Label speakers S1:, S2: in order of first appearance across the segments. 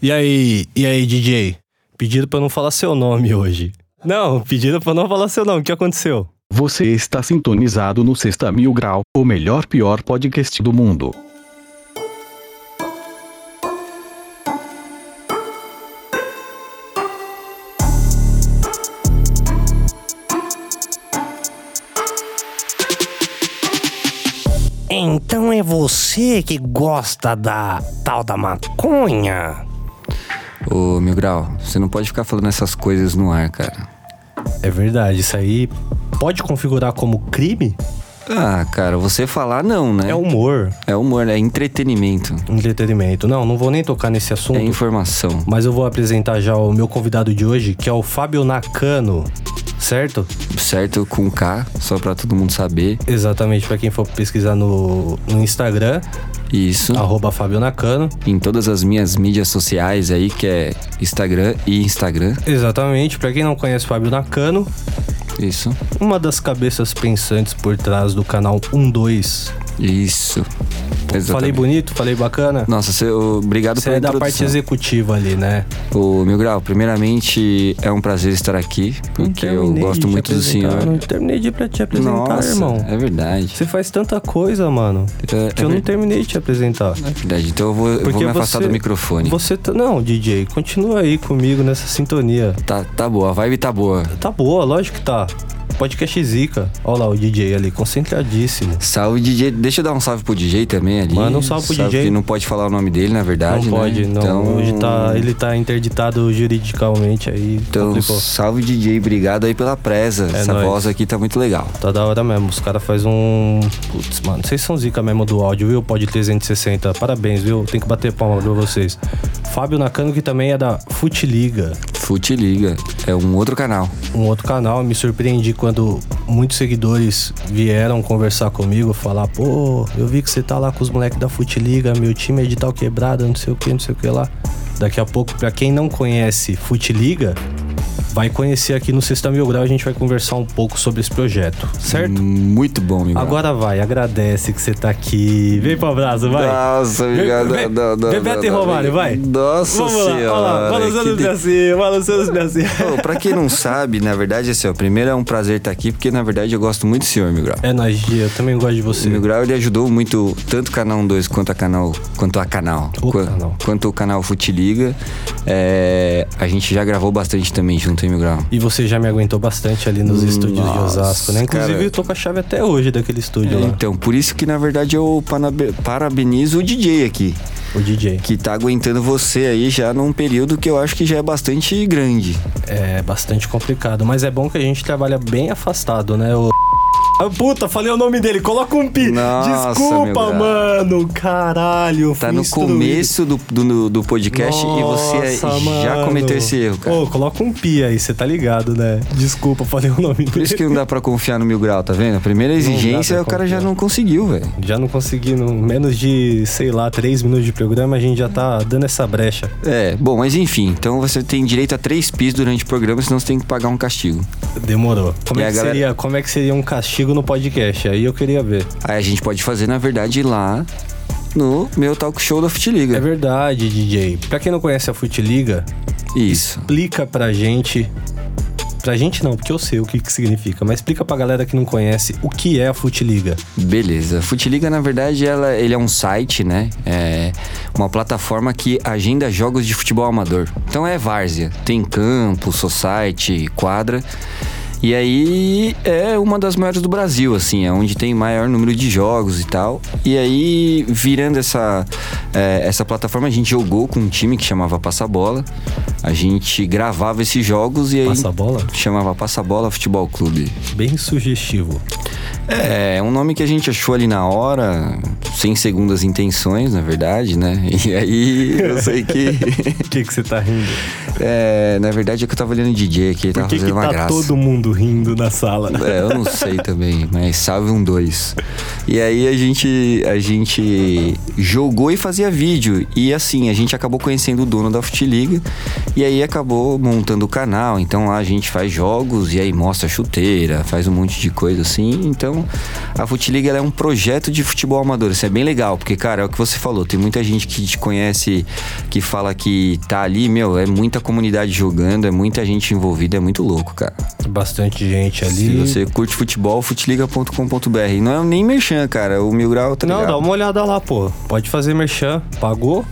S1: E aí, e aí, DJ? Pedido pra não falar seu nome hoje. Não, pedido pra não falar seu nome. O que aconteceu?
S2: Você está sintonizado no Sexta Mil Grau, o melhor pior podcast do mundo.
S3: Então é você que gosta da tal da maconha?
S4: Ô, Mil Grau, você não pode ficar falando essas coisas no ar, cara.
S1: É verdade, isso aí pode configurar como crime?
S4: Ah, cara, você falar não, né?
S1: É humor,
S4: É humor, né? É entretenimento.
S1: entretenimento. Não, não vou nem tocar nesse assunto.
S4: É informação.
S1: Mas eu vou apresentar já o meu convidado de hoje, que é o Fábio Nakano, certo?
S4: Certo? Com K, só pra todo mundo saber.
S1: Exatamente, pra quem for pesquisar no, no Instagram,
S3: Hum.
S4: Isso.
S1: arroba Fábio Nakano.
S4: Em todas as minhas mídias sociais aí, que é Instagram e Instagram.
S1: Exatamente, pra quem não conhece Fábio Nakano,
S4: Isso.
S1: uma das cabeças pensantes por trás do canal 12.
S4: Isso. Exatamente.
S1: Falei bonito, falei bacana.
S4: Nossa, você, obrigado
S1: Você
S4: pela
S1: é da parte
S4: introdução.
S1: executiva ali, né?
S4: Ô, Mil Grau, primeiramente é um prazer estar aqui, porque eu gosto muito do senhor.
S1: Não terminei de pra te apresentar,
S4: Nossa,
S1: irmão.
S4: é verdade.
S1: Você faz tanta coisa, mano,
S4: É-
S1: que
S4: é
S1: eu não
S4: ver-
S1: terminei de te apresentar.
S4: Verdade, então eu vou, eu vou me afastar do microfone.
S1: Você tá- não, DJ, continua aí comigo nessa sintonia.
S4: Tá, tá boa, a vibe tá boa.
S1: Tá boa, lógico que tá. Podcast zica. Olha lá o DJ ali, concentradíssimo.
S4: Salve, DJ. Deixa eu dar um salve pro DJ também ali.
S1: Manda um salve pro DJ.
S4: Que não pode falar o nome dele, na verdade.
S1: não
S4: né?
S1: pode, não.
S4: Então,
S1: Hoje tá, ele tá interditado juridicamente aí.
S4: Então,
S1: complicou.
S4: salve, DJ. Obrigado aí pela presa.
S1: É
S4: Essa
S1: nóis.
S4: voz aqui tá muito legal.
S1: Tá da hora mesmo. Os caras fazem um. Putz, mano, vocês são zica mesmo do áudio, viu? Pod 360. Parabéns, viu? Tem que bater palma pra vocês. Fábio Nakano, que também é da Fute Liga.
S4: Fute Liga. É um outro canal.
S1: um outro canal. Me surpreendi quando muitos seguidores vieram conversar comigo, falar, pô, eu vi que você tá lá com os moleques da Futiliga, meu time é de tal quebrada, não sei o que, não sei o que lá. Daqui a pouco, pra quem não conhece Futiliga, vai conhecer aqui no Sexta Mil Grau, a gente vai conversar um pouco sobre esse projeto, certo?
S4: Muito bom, meu
S1: Agora vai, agradece que você tá aqui. Vem pro abraço, vai.
S4: Nossa, obrigado.
S1: Vem- vem-
S4: Não, não,
S1: vem,
S4: não,
S1: Beto e
S4: não,
S1: Romário,
S4: não.
S1: vai.
S4: Nossa
S1: Vamos lá,
S4: senhora.
S1: olha lá, balançando
S4: que
S1: os
S4: de-
S1: bracinhos, balançando os bracinhos.
S4: Ô, pra quem não sabe, na verdade, assim, ó, primeiro é um prazer estar aqui, porque na verdade eu gosto muito do senhor, meu grau.
S1: É nóis, Gia, eu também gosto de
S4: O Mil
S1: você.
S4: Grau ele ajudou muito tanto o canal 2 quanto a canal quanto a canal,
S1: O
S4: Qua-
S1: canal.
S4: quanto o canal Futiliga. É, a gente já gravou bastante também junto, hein, Mil Grau.
S1: E você já me aguentou bastante ali nos estúdios de
S4: Nossa,
S1: Osasco, né? Inclusive,
S4: cara.
S1: eu tô com a chave até hoje daquele estúdio lá,
S4: Então, por isso que na verdade eu panabe- parabenizo o DJ aqui,
S1: o DJ.
S4: que tá aguentando você aí já num período que eu acho que já é bastante grande.
S1: É bastante complicado, mas é bom que a gente trabalha bem afastado, né? O... Ah, Puta, falei o nome dele, coloca um pi.
S4: Nossa, meu
S1: Desculpa,
S4: grau.
S1: mano. Caralho,
S4: Tá
S1: fui
S4: no
S1: instruído.
S4: começo do, do, do podcast e você é-
S1: Nossa,
S4: já
S1: mano.
S4: cometeu esse erro, cara.
S1: Ô, coloca um pi aí, você tá ligado, né? Desculpa, falei o nome
S4: Por
S1: dele.
S4: isso que não dá pra confiar no Mil Grau, tá vendo? A primeira
S1: dá
S4: exigência
S1: pra
S4: o cara já
S1: confiar.
S4: não conseguiu, velho.
S1: Já não consegui, no menos de, sei lá, três minutos de programa, a gente já tá dando essa brecha.
S4: É, bom, mas enfim, então você tem direito a três pis durante o programa, senão você tem que pagar um castigo.
S1: Demorou. Como
S4: E
S1: é,
S4: a
S1: que
S4: galera-
S1: seria, como é que seria um castigo no podcast? Aí eu queria ver.
S4: Aí a gente pode fazer, na verdade, lá no meu talk show da Futiliga.
S1: É verdade, DJ. Pra quem não conhece a Futiliga,
S4: Isso.
S1: explica pra gente. Pra gente não, porque eu sei o que, que significa, mas explica pra galera que não conhece o que é a Futiliga.
S4: Beleza. Futiliga, na verdade, ela, ele é um site, né? É uma plataforma que agenda jogos de futebol amador. Então é várzea. Tem campo, society, quadra. E aí é uma das maiores do Brasil, assim, é onde tem maior número de jogos e tal. E aí, virando essa, é, essa plataforma, a gente jogou com um time que chamava Passa Bola. A gente gravava esses jogos e aí.
S1: Passa a bola?
S4: Chamava Passa Bola Futebol Clube.
S1: Bem sugestivo.
S4: É, é um nome que a gente achou ali na hora, sem segundas intenções, na verdade, né? E aí eu sei que.
S1: Por que, que você tá rindo?
S4: é, na verdade é que eu tava olhando o DJ aqui, ele
S1: Por
S4: tava
S1: que, que
S4: fazendo uma
S1: tá
S4: graça.
S1: todo mundo rindo na sala?
S4: É, eu não sei também, mas salve um dois. E aí a gente, a gente jogou e fazia vídeo. E assim, a gente acabou conhecendo o dono da Futiliga. E aí acabou montando o canal. Então lá a gente faz jogos e aí mostra chuteira, faz um monte de coisa assim. Então a Futiliga ela é um projeto de futebol amador. Isso é bem legal, porque, cara, é o que você falou. Tem muita gente que te conhece, que fala que tá ali, meu, é muita comunidade jogando, é muita gente envolvida, é muito louco, cara.
S1: Bastante gente
S4: Se
S1: ali.
S4: você curte futebol, futeliga.com.br. Não é nem merchan, cara. O Mil Grau tá
S1: Não,
S4: ligado?
S1: dá uma olhada lá, pô. Pode fazer merchan. Pagou?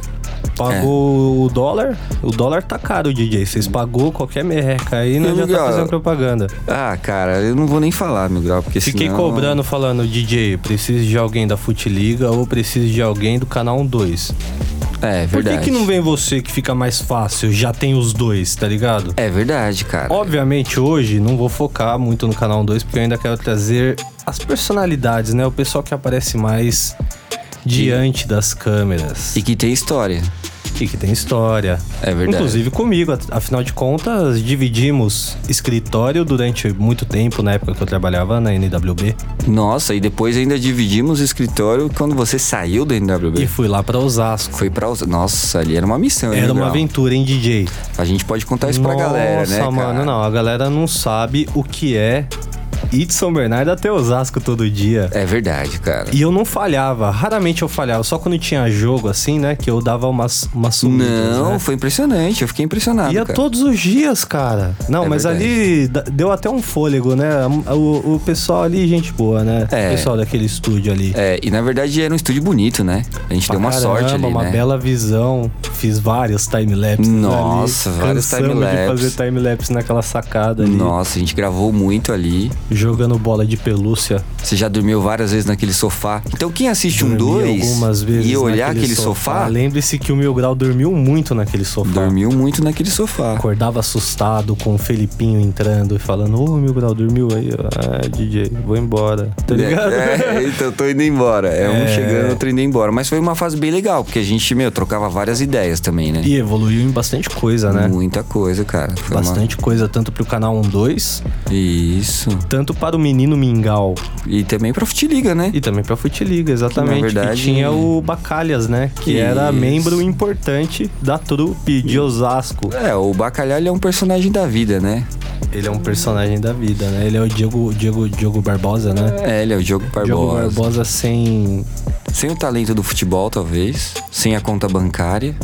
S1: Pagou o dólar? O dólar tá caro, DJ. Vocês pagou qualquer merreca aí, não
S4: Eu
S1: adianta
S4: ligo, ó.
S1: fazer propaganda.
S4: Ah, cara, eu não vou nem falar, Mil Grau, porque
S1: Fiquei
S4: senão...
S1: cobrando, falando, DJ, preciso de alguém da Futiliga ou preciso de alguém do canal 12.
S4: É,
S1: Por que,
S4: verdade.
S1: que não vem você que fica mais fácil? Já tem os dois, tá ligado?
S4: É verdade, cara.
S1: Obviamente hoje não vou focar muito no canal 2 porque eu ainda quero trazer as personalidades, né? O pessoal que aparece mais diante das câmeras
S4: E que tem história.
S1: e que tem história.
S4: É verdade.
S1: Inclusive comigo, at- afinal de contas, dividimos escritório durante muito tempo, na época que eu trabalhava na NWB,
S4: Nossa, e depois ainda dividimos o escritório quando você saiu do NWB.
S1: e fui lá pra Osasco.
S4: Foi pra... Os- Nossa, ali era uma missão, hein,
S1: Era uma
S4: Mil Grau?
S1: aventura, hein, DJ?
S4: A gente pode contar Então isso pra
S1: Nossa,
S4: galera, né, cara?
S1: mano, não, a galera não sabe o que é ir de São Bernardo até Osasco todo dia.
S4: É verdade, cara.
S1: E eu não falhava, raramente eu falhava, só quando tinha jogo assim, né, que eu dava umas, umas sumidas,
S4: Não,
S1: né?
S4: foi impressionante. Eu fiquei impressionado,
S1: Ia
S4: cara.
S1: todos os dias, cara. Não,
S4: É
S1: mas
S4: verdade.
S1: ali da- deu até um fôlego, né? O, o pessoal ali, gente boa, né?
S4: É.
S1: O pessoal daquele estúdio ali.
S4: É, e na verdade era um estúdio bonito, né? A gente
S1: Pra
S4: deu uma
S1: caramba,
S4: sorte ali,
S1: uma
S4: né?
S1: bela visão. Fiz vários timelapses
S4: Nossa,
S1: ali.
S4: vários
S1: Cansamos
S4: timelapse.
S1: de fazer timelapse naquela sacada ali.
S4: Nossa, a gente gravou muito ali.
S1: Jogando bola de pelúcia.
S4: Você já dormiu várias vezes naquele sofá. Então quem assiste um
S1: Dormi
S4: dois
S1: algumas vezes
S4: e olhar
S1: naquele
S4: aquele sofá,
S1: Lembre-se que o Mil Grau dormiu muito naquele sofá.
S4: dormiu muito naquele sofá.
S1: Acordava assustado com o Felipinho entrando e falando: Ô, Mil Grau, dormiu aí? Eu, Ah, DJ, vou embora. Tá ligado?
S4: É, é, então tô indo embora. É, um chegando, outro indo embora. Mas foi uma fase bem legal, porque a gente, meu, trocava várias ideias também, né?
S1: E evoluiu em bastante coisa, né?
S4: Muita coisa, cara. Foi uma-
S1: Bastante coisa, tanto pro canal 12,
S4: Isso.
S1: tanto para o menino Mingau.
S4: E também pra Futiliga, né?
S1: E também pra Futiliga, exatamente.
S4: Na verdade-
S1: que tinha o Bacalhas, né? Que era
S4: Isso.
S1: membro importante da trupe de Osasco.
S4: É, o Bacalhau ele é um personagem da vida, né?
S1: Ele é um personagem da vida, né? Ele é o Diego, Diego, Diogo Barbosa, né?
S4: É, ele é o Diogo
S1: Diogo
S4: Barbosa.
S1: Barbosa sem.
S4: Sem o talento do futebol, talvez. Sem a conta bancária.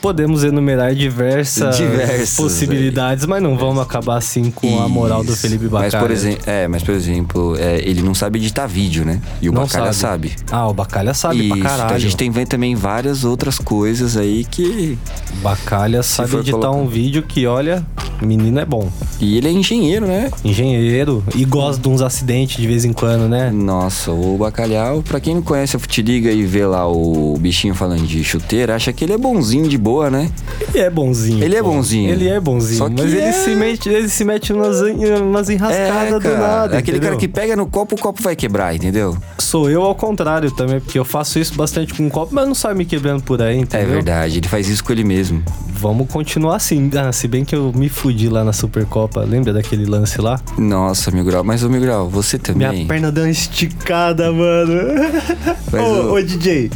S1: Podemos enumerar diversas
S4: Diversas,
S1: possibilidades, mas não vamos acabar assim com a moral do
S4: Isso.
S1: Felipe Bacalhas.
S4: Mas, por exemplo, é, mas, por exemplo é, ele não sabe editar vídeo, né? E o
S1: Não
S4: Bacalha sabe.
S1: Ah, o Bacalha sabe
S4: Isso,
S1: pra
S4: então
S1: caralho.
S4: a gente tem vem também várias outras coisas aí que.
S1: Bacalha sabe
S4: for
S1: editar
S4: colocar-
S1: um vídeo que, olha, menino é bom.
S4: E ele é engenheiro, né?
S1: Engenheiro e gosta de uns acidentes de vez em quando, né?
S4: Nossa, o bacalhau, pra quem não conhece a Futiliga e vê lá o bichinho falando de chuteira, acha que ele é bonzinho de boa, né?
S1: Ele é bonzinho.
S4: Ele é bonzinho.
S1: Ele é bonzinho.
S4: Só que
S1: mas ele,
S4: é-
S1: se mete, ele se mete umas, umas enrascadas do
S4: cara,
S1: nada.
S4: é aquele cara que
S1: entendeu?
S4: pega no copo, o copo vai quebrar, entendeu?
S1: Sou eu ao contrário também, porque eu faço isso bastante com um copo, mas não sai me quebrando por aí,
S4: É
S1: entendeu?
S4: verdade, ele faz isso com ele mesmo.
S1: Vamos continuar assim. Ah, se bem que eu me fudi lá na Supercopa, lembra daquele lance lá?
S4: Nossa, Mil Grau, mas ô Mil Grau, você também.
S1: Minha perna deu uma esticada, mano.
S4: Mas
S1: ô,
S4: o-
S1: ô, DJ,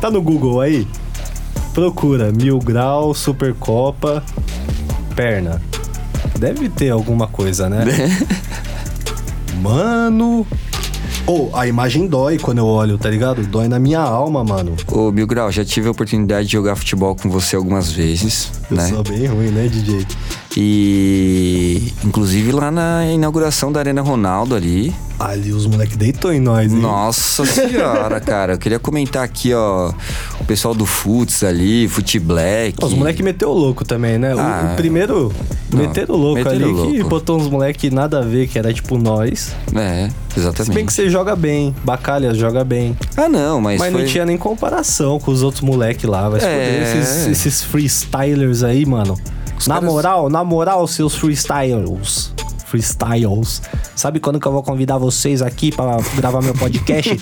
S1: tá no Google aí? Procura Mil Grau, Supercopa, perna. Deve ter alguma coisa, né? mano. Ô, a imagem dói quando eu olho, tá ligado? Dói na minha alma, mano.
S4: Ô, Mil Grau, já tive a oportunidade de jogar futebol com você algumas vezes,
S1: Eu
S4: né?
S1: sou bem ruim, né, DJ?
S4: E inclusive lá na inauguração da Arena Ronaldo ali.
S1: Ali os moleque deitou em nós, hein?
S4: Nossa senhora, cara. Eu queria comentar aqui, ó, o pessoal do Futs ali, Fute Black.
S1: Os moleque meteu o louco também, né? O-
S4: Ah,
S1: o, primeiro
S4: não,
S1: meteram o louco
S4: meteram
S1: ali,
S4: o
S1: que
S4: louco.
S1: botou uns moleque nada a ver, que era tipo nós. Se
S4: É,
S1: bem que
S4: exatamente.
S1: você joga bem, Bacalhas joga bem.
S4: Ah, não, mas,
S1: mas
S4: foi...
S1: não tinha nem comparação com os outros moleque lá, vai se
S4: É.
S1: foder. Esses, esses freestylers aí, mano. na
S4: caras-
S1: moral, na moral, seus freestyles. Freestyles. Sabe quando que eu vou convidar vocês aqui pra gravar meu podcast?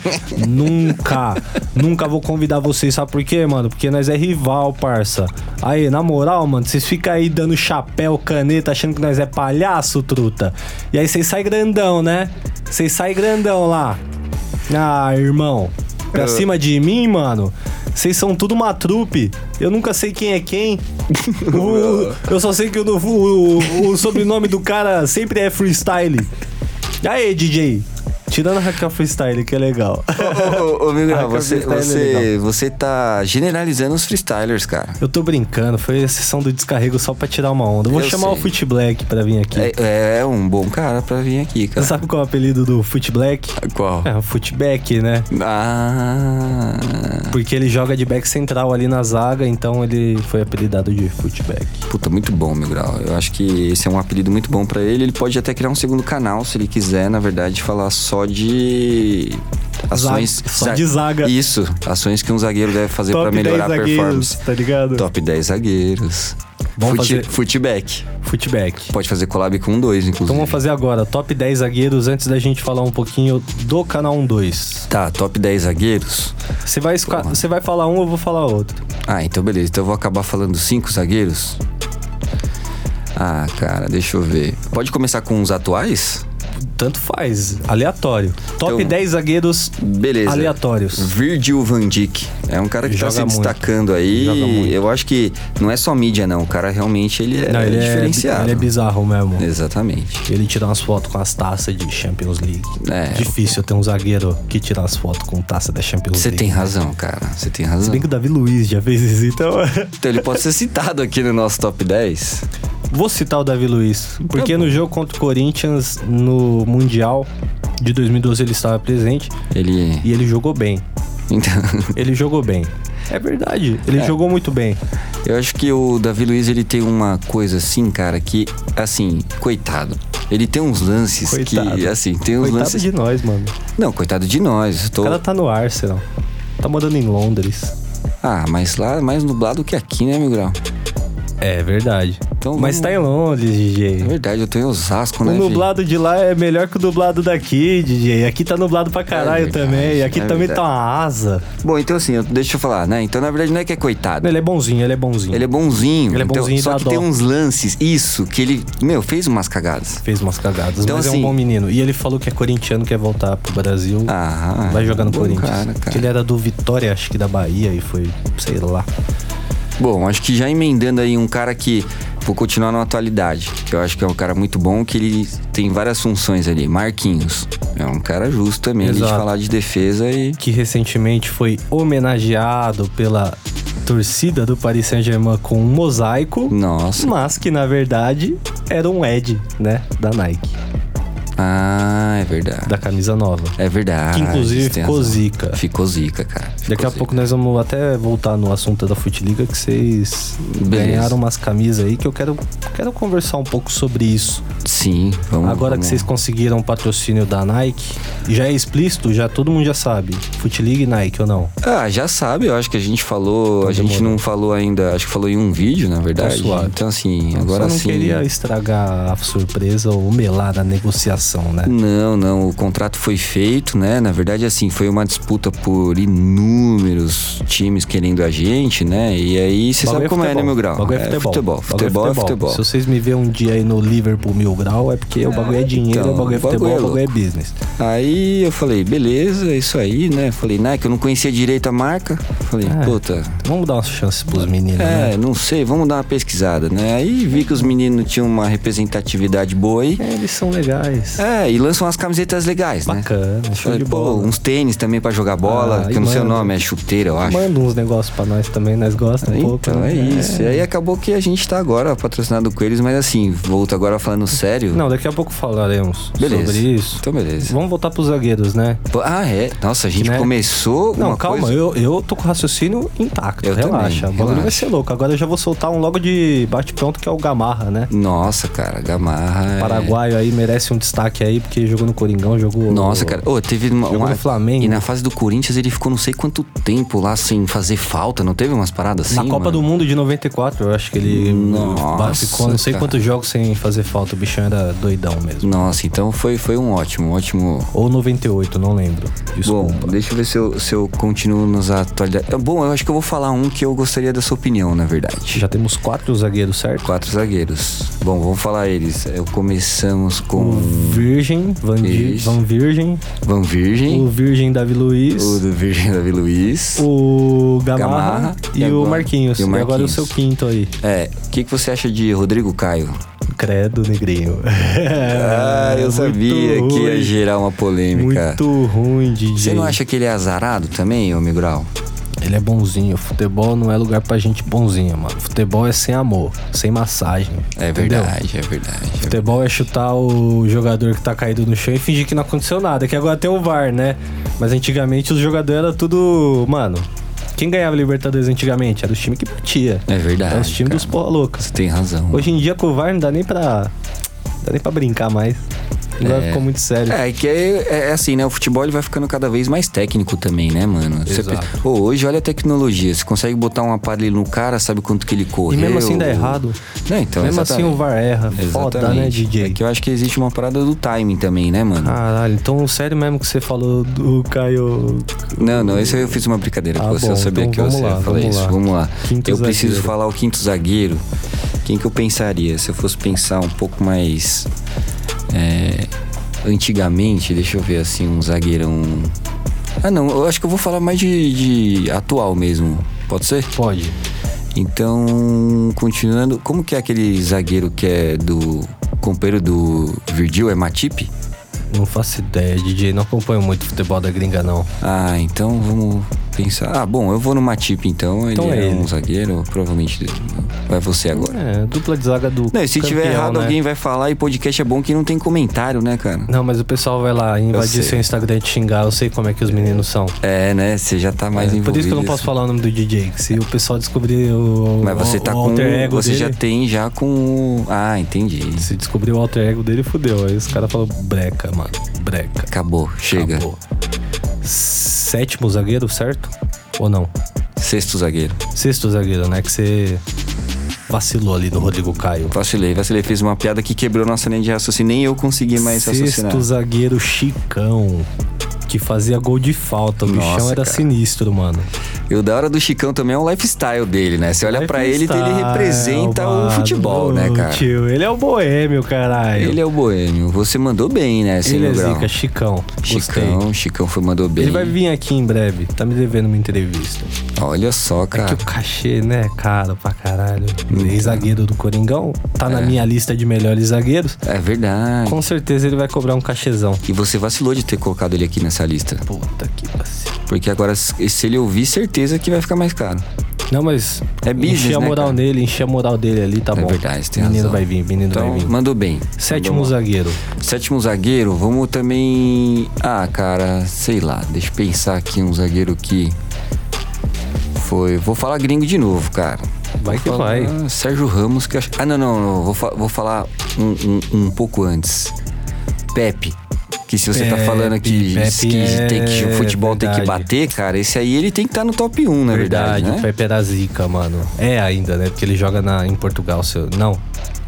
S1: nunca. Nunca vou convidar vocês. Sabe por quê, mano? Porque nós é rival, parça. Aí, na moral, mano, vocês ficam aí dando chapéu, caneta, achando que nós é palhaço, truta. E aí vocês saem grandão, né? Vocês saem grandão lá. Ah, irmão. Pra cima de mim, mano. Vocês são tudo uma trupe. Eu nunca sei quem é quem.
S4: é
S1: O- eu só sei que o, o- o sobrenome do cara sempre é freestyle. Aí, DJ. Tirando a Raquel Freestyle, que é legal.
S4: Ô, ô, ô, Miguel,
S1: Ah,
S4: você,
S1: freestyle é
S4: você, você tá generalizando os freestylers, cara.
S1: Eu tô brincando, foi a sessão do descarrego só pra tirar uma onda. Vou
S4: Eu
S1: chamar
S4: sei.
S1: o Foot Black pra vir aqui.
S4: É, é um bom cara pra vir aqui, cara.
S1: Sabe qual é o apelido do Foot Black?
S4: Qual?
S1: É, o Footback, né?
S4: Ah.
S1: Porque ele joga de back central ali na zaga, então ele foi apelidado de Footback.
S4: Puta, muito bom, Migral. Eu acho que esse é um apelido muito bom pra ele. Ele pode até criar um segundo canal, se ele quiser, na verdade, falar só de ações.
S1: Zaga- só de zaga.
S4: Isso, ações que um zagueiro deve fazer pra melhorar a performance.
S1: tá ligado?
S4: Top 10 zagueiros.
S1: Vamos
S4: Fute-
S1: fazer-
S4: Futeback.
S1: Footback.
S4: Pode fazer collab com um dois, inclusive.
S1: Então vamos fazer agora, top 10 zagueiros, antes da gente falar um pouquinho do canal 12.
S4: Tá, top 10 zagueiros.
S1: Você vai, esca- você vai falar um, eu vou falar outro.
S4: Ah, então beleza. Então eu vou acabar falando cinco zagueiros. Ah, cara, deixa eu ver. Pode começar com os atuais?
S1: Tanto faz, aleatório. Top
S4: Então-
S1: 10 zagueiros
S4: Beleza.
S1: aleatórios.
S4: Virgil van Dijk. É um cara que tá
S1: Joga
S4: se
S1: muito.
S4: destacando aí.
S1: Joga muito.
S4: Eu acho que não é só mídia, não. O cara realmente ele é,
S1: Não, ele, é,
S4: diferenciado.
S1: ele é bizarro mesmo.
S4: Exatamente.
S1: Ele tira umas fotos com as taças de Champions League.
S4: É.
S1: Difícil ter um zagueiro que tira as fotos com taça da Champions
S4: Você
S1: League.
S4: tem razão, cara. Você tem
S1: Se
S4: razão.
S1: bem que o Davi Luiz já fez isso, então.
S4: Então ele pode ser citado aqui no nosso top 10.
S1: Vou citar o Davi Luiz. Porque
S4: Tá
S1: no jogo contra o Corinthians, no Mundial de 2012, ele estava presente
S4: Ele.
S1: e ele jogou bem.
S4: Então,
S1: Ele jogou bem. É verdade. Ele jogou muito bem.
S4: eu acho que o Davi Luiz ele tem uma coisa assim, cara, que, assim, coitado. Ele tem uns lances que,
S1: Coitado.
S4: assim, tem uns
S1: Coitado
S4: lances.
S1: de nós, mano.
S4: Não, coitado de nós. eu
S1: O
S4: Tô...
S1: cara tá no Arsenal. Tá morando em Londres.
S4: Ah, mas lá é mais nublado que aqui, né, meu grau?
S1: É verdade.
S4: Então
S1: Mas
S4: vamos-
S1: tá em Londres, DJ.
S4: É verdade, eu tô em Osasco,
S1: O
S4: né? fi?
S1: nublado de lá é melhor que o dublado daqui, DJ. Aqui tá nublado pra caralho
S4: verdade,
S1: também. Aqui
S4: é
S1: também
S4: verdade.
S1: tá uma asa.
S4: Bom, então assim, eu- deixa eu falar, né? Então, na verdade, não é que é coitado.
S1: Ele é bonzinho, ele é bonzinho.
S4: Ele é bonzinho.
S1: Ele é
S4: então-
S1: bonzinho e
S4: Só
S1: dá
S4: que
S1: dó.
S4: tem uns lances, isso, que ele, meu, fez umas cagadas.
S1: Fez umas cagadas,
S4: Então,
S1: mas é
S4: assim-
S1: um bom menino. E ele falou que é corintiano, quer voltar pro Brasil.
S4: Ah,
S1: vai jogar no
S4: bom
S1: Corinthians.
S4: cara, cara.
S1: Que ele é- era do Vitória, acho que da Bahia, e foi, sei lá.
S4: Bom, acho que já emendando aí um cara que vou continuar na atualidade, que eu acho que é um cara muito bom, que ele tem várias funções ali. Marquinhos. É um cara justo também, ele de
S1: Exato.
S4: falar de defesa e.
S1: Que recentemente foi homenageado pela torcida do Paris Saint-Germain com um mosaico.
S4: Nossa.
S1: Mas que na verdade era um Ed, né? Da Nike,
S4: Ah, é verdade.
S1: da camisa nova.
S4: É verdade.
S1: Que inclusive
S4: você tem
S1: ficou
S4: razão.
S1: zica.
S4: Ficou zica, cara. Ficou
S1: Daqui a
S4: zica.
S1: pouco nós vamos até voltar no assunto da Futiliga, que vocês
S4: Beleza.
S1: ganharam umas camisas aí, que eu quero, quero conversar um pouco sobre isso.
S4: Sim, vamos.
S1: Agora
S4: vamos.
S1: que vocês conseguiram o patrocínio da Nike, já é explícito, já todo mundo já sabe. Futiliga e Nike ou não?
S4: Ah, já sabe, eu acho que a gente falou, a gente não falou ainda, acho que falou em um vídeo, na verdade.
S1: suave.
S4: Então assim, agora
S1: Só não
S4: sim.
S1: queria estragar a surpresa ou melar a negociação, né?
S4: Não, não, o contrato foi feito, né? Na verdade, assim, foi uma disputa por inúmeros times querendo a gente, né? E aí, você
S1: Bagulho
S4: sabe como é, né,
S1: futebol.
S4: meu grau?
S1: Bagulho é futebol. Bagulho
S4: futebol,
S1: é
S4: futebol é futebol.
S1: Se vocês me verem um dia aí no Liverpool Mil Grau, é porque o bagulho é dinheiro,
S4: então,
S1: o bagulho é
S4: o bagulho
S1: futebol,
S4: é
S1: o bagulho é
S4: louco.
S1: business.
S4: Aí eu falei, beleza, é isso aí, né? Falei, Nike, eu não conhecia direito a marca. Falei,
S1: É.
S4: puta,
S1: Vamos dar uma chance pros meninos, né?
S4: é, não sei, vamos dar uma pesquisada, né? Aí vi que os meninos tinham uma representatividade boa aí.
S1: É, eles são legais.
S4: É, e lançam umas camisetas legais, né?
S1: Bacana, show
S4: Falei,
S1: de
S4: pô,
S1: bola.
S4: uns tênis também pra jogar bola,
S1: Ah,
S4: que eu não sei o
S1: manda.
S4: nome, é chuteira, eu acho.
S1: Manda uns negócios pra nós também, nós gostamos um pouco.
S4: Então
S1: né?
S4: é isso. E aí acabou que a gente tá agora patrocinado com eles, mas assim, volto agora falando sério.
S1: É. Não, daqui a pouco falaremos
S4: beleza.
S1: sobre isso.
S4: Então beleza.
S1: Vamos voltar pros zagueiros, né?
S4: Pô, Ah, é. Nossa, a gente
S1: Né?
S4: começou.
S1: Não,
S4: uma
S1: calma,
S4: coisa-
S1: eu, eu tô com o raciocínio intacto.
S4: Eu
S1: relaxa,
S4: também,
S1: o bagulho vai
S4: relaxa.
S1: ser louco. Agora eu já vou soltar um logo de bate-pronto que é o Gamarra, né?
S4: Nossa, cara, Gamarra. é-
S1: Paraguaio aí merece um destaque aí, porque jogou no Coringão, jogou.
S4: Nossa, cara. Ô, teve uma.
S1: Jogou
S4: uma-
S1: no Flamengo.
S4: E na fase do Corinthians ele ficou não sei quanto tempo lá sem fazer falta, não teve umas paradas assim?
S1: Na Copa
S4: mano?
S1: do Mundo de 94, eu acho que ele
S4: Nossa,
S1: ficou não sei
S4: cara.
S1: quantos jogos sem fazer falta. O bichão era doidão mesmo.
S4: Nossa, então foi, foi um ótimo, ótimo.
S1: Ou 98, não lembro. Desculpa.
S4: Bom, deixa eu ver se eu, se eu continuo nos atualidades. É, Bom, eu acho que eu vou falar um que eu gostaria da sua opinião, na verdade.
S1: Já temos quatro zagueiros, certo?
S4: Quatro zagueiros. Bom, vamos falar eles. É, Eu começamos
S1: O
S4: com
S1: Virgem, Van, Di-
S4: Isso.
S1: Van Virgem,
S4: Van
S1: o
S4: Virgem,
S1: Virgem Davi Luiz,
S4: o do Virgem Davi Luiz.
S1: o Gamarra,
S4: Gamarra,
S1: e,
S4: e
S1: o
S4: agora-
S1: Marquinhos.
S4: e
S1: E
S4: o
S1: agora o
S4: Marquinhos.
S1: seu quinto aí.
S4: É, o que, que você acha de Rodrigo Caio?
S1: Credo, negrinho.
S4: Ah, eu
S1: É, Muito
S4: sabia que ia
S1: ruim.
S4: gerar uma polêmica.
S1: Muito ruim, DJ.
S4: Você não acha que ele é azarado também, ô Migral?
S1: Ele é bonzinho. Futebol não é lugar pra gente bonzinha, mano. Futebol é sem amor, sem massagem.
S4: É
S1: entendeu?
S4: verdade, é verdade.
S1: Futebol é chutar o jogador que tá caído no chão e fingir que não aconteceu nada. Que agora tem o VAR, né? Mas antigamente os jogadores eram tudo. Mano, quem ganhava Libertadores antigamente? Era os times que batia.
S4: É verdade.
S1: Era tá os times
S4: cara.
S1: dos porra louca.
S4: Você tem razão.
S1: Hoje em dia com o VAR não dá nem pra. não dá nem pra brincar mais. Agora ficou muito sério.
S4: É, que é, é assim, né? O futebol ele vai ficando cada vez mais técnico também, né, mano? Você
S1: Exato.
S4: pe- Pô, hoje olha a tecnologia. Você consegue botar um aparelho no cara, sabe quanto que ele
S1: E
S4: correu.
S1: mesmo assim dá errado.
S4: Não, então,
S1: mesmo assim o
S4: exatamente.
S1: VAR erra. Foda, né,
S4: Exatamente.
S1: DJ?
S4: É que eu acho que existe uma parada do timing também, né, mano?
S1: Caralho, então sério mesmo que você falou do Caio.
S4: Não, não, isso aí eu fiz uma brincadeira
S1: Ah,
S4: com você.
S1: bom,
S4: eu sabia
S1: então
S4: que
S1: vamos
S4: você
S1: lá,
S4: ia falar
S1: vamos
S4: isso.
S1: lá.
S4: Vamos lá.
S1: Quinto
S4: eu preciso
S1: zagueiro.
S4: falar o quinto zagueiro. Quem que eu pensaria? Se eu fosse pensar um pouco mais. é, antigamente, deixa eu ver assim, um zagueirão. Ah, não, eu acho que eu vou falar mais de, de atual mesmo. Pode ser?
S1: Pode.
S4: Então, continuando, como que é aquele zagueiro que é do companheiro do Virgil? É Matip?
S1: Não faço ideia, DJ. Não acompanho muito futebol da gringa, não.
S4: Ah, então vamos pensar. Ah, bom, eu vou no Matip então.
S1: Então
S4: ele
S1: é
S4: é, um
S1: ele.
S4: zagueiro, provavelmente vai você agora.
S1: É, dupla de zaga do.
S4: Não, e se tiver
S1: campeão,
S4: errado,
S1: né?
S4: alguém vai falar e podcast é bom que não tem comentário, né, cara?
S1: Não, mas o pessoal vai lá
S4: sei.
S1: invadir seu Instagram e te xingar. Eu sei como é que os meninos são. É,
S4: É, né? Você já tá mais envolvido.
S1: Por isso que eu não posso falar o nome do DJ. que se o pessoal descobrir o.
S4: Mas você tá
S1: o
S4: com.
S1: alter ego
S4: Você
S1: dele,
S4: já tem já com. o- Ah, entendi.
S1: Se descobrir o alter ego dele, fudeu. Aí os caras falam breca, mano. Breca.
S4: Acabou, chega.
S1: Acabou. Sétimo zagueiro, certo? Ou não?
S4: Sexto zagueiro.
S1: Sexto zagueiro, né? Que você vacilou ali no Rodrigo Caio.
S4: Vacilei, vacilei. Fez uma piada que quebrou nossa linha de raciocínio. Nem eu consegui mais raciocinar.
S1: Sexto zagueiro Chicão. Que fazia gol de falta. O
S4: Nossa,
S1: bichão era
S4: cara.
S1: sinistro, mano.
S4: E o da hora do Chicão também é um lifestyle dele, né? Você olha pra ele, então ele
S1: Lifestyle,
S4: representa o
S1: mano.
S4: futebol, né, cara?
S1: Tio, ele é o boêmio, caralho.
S4: Ele é o boêmio. Você mandou bem, né,
S1: Ele é
S4: Silvio Grau?
S1: zica, Chicão. Gostei.
S4: Chicão, Chicão foi mandou bem.
S1: Ele vai vir aqui em breve. Tá me devendo uma entrevista.
S4: Olha só,
S1: É que
S4: cara.
S1: o cachê, né, caro pra caralho. Ex-zagueiro do Coringão. Tá na minha lista de melhores zagueiros.
S4: É verdade.
S1: Com certeza ele vai cobrar um cachezão.
S4: E você vacilou de ter colocado ele aqui nessa lista.
S1: Puta que vacilo.
S4: Porque agora, se ele ouvir, certeza que vai ficar mais caro.
S1: Não, mas.
S4: É business,
S1: Encher a
S4: né,
S1: moral
S4: cara?
S1: nele, encher a moral dele ali, tá
S4: É
S1: bom.
S4: verdade, você tem
S1: menino
S4: razão.
S1: vai vir, menino
S4: Então,
S1: vai vir.
S4: mandou bem.
S1: Sétimo
S4: Mandou
S1: zagueiro.
S4: bom. Sétimo zagueiro, vamos também. Ah, cara, sei lá. Deixa eu pensar aqui um zagueiro que. Foi. Vou falar gringo de novo, cara.
S1: Vai
S4: Vou
S1: que
S4: falar
S1: vai.
S4: Sérgio Ramos, que eu acho. Ah, não, não, não. Vou, fa- vou falar um, um- um pouco antes. Pepe. Que se você tá
S1: Pepe,
S4: falando que,
S1: Pepe
S4: que tem que
S1: é
S4: o futebol tem que
S1: verdade.
S4: bater, cara, esse aí ele tem que estar no top 1, na verdade.
S1: o
S4: né?
S1: Pepe era zica, mano. É ainda, né? Porque ele joga na, em Portugal. Seu... Não.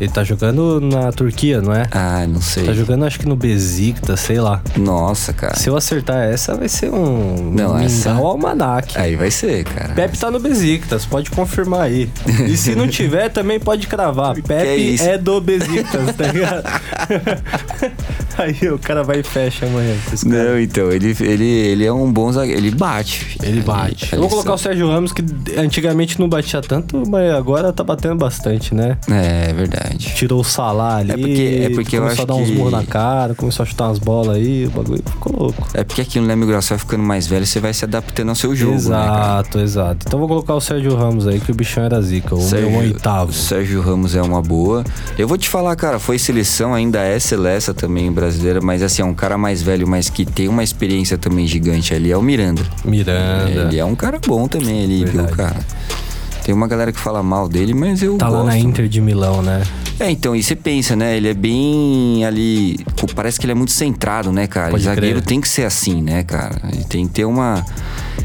S1: Ele tá jogando na Turquia, não é?
S4: Ah, não sei.
S1: Tá jogando, acho que no Besiktas, sei lá.
S4: Nossa, cara.
S1: Se eu acertar essa, vai ser um
S4: Não,
S1: mingau
S4: essa- é
S1: almanac.
S4: Aí vai ser, cara.
S1: Pepe tá no Besiktas, pode confirmar aí. E se não tiver, também pode cravar. Pepe
S4: isso?
S1: é, do Besiktas, tá ligado? aí o cara vai e fecha amanhã. com esse cara.
S4: Não, então, ele, ele, ele é um bom zagueiro. Ele bate.
S1: Ele bate. Eu
S4: ele
S1: vou colocar o
S4: sabe.
S1: Sérgio Ramos, que antigamente não batia tanto, mas agora tá batendo bastante, né?
S4: É, é verdade.
S1: Tirou o Salah ali,
S4: É porque- é porque eu
S1: começou
S4: acho
S1: a dar uns
S4: que-
S1: murros na cara, começou a chutar umas bolas aí, o bagulho ficou louco.
S4: É porque aquilo, né, Miguel? Você vai ficando mais velho, você vai se adaptando ao seu jogo, né, cara?
S1: exato, exato. Então vou colocar o Sérgio Ramos aí, que o bichão era zica. O meu é um oitavo.
S4: Sérgio Ramos é uma boa. Eu vou te falar, cara, foi seleção, ainda é seleção também brasileira, mas assim, é um cara mais velho, mas que tem uma experiência também gigante ali, é o Miranda.
S1: Miranda.
S4: Ele é um cara bom também ali, viu,
S1: Verdade.
S4: cara? Tem uma galera que fala mal dele, mas eu
S1: Tá
S4: gosto.
S1: lá na Inter de Milão, né?
S4: É, então, e você pensa, né? Ele é bem ali. pô, Parece que ele é muito centrado, né, cara?
S1: Pode
S4: zagueiro
S1: crer.
S4: tem que ser assim, né, cara? Ele tem que ter uma.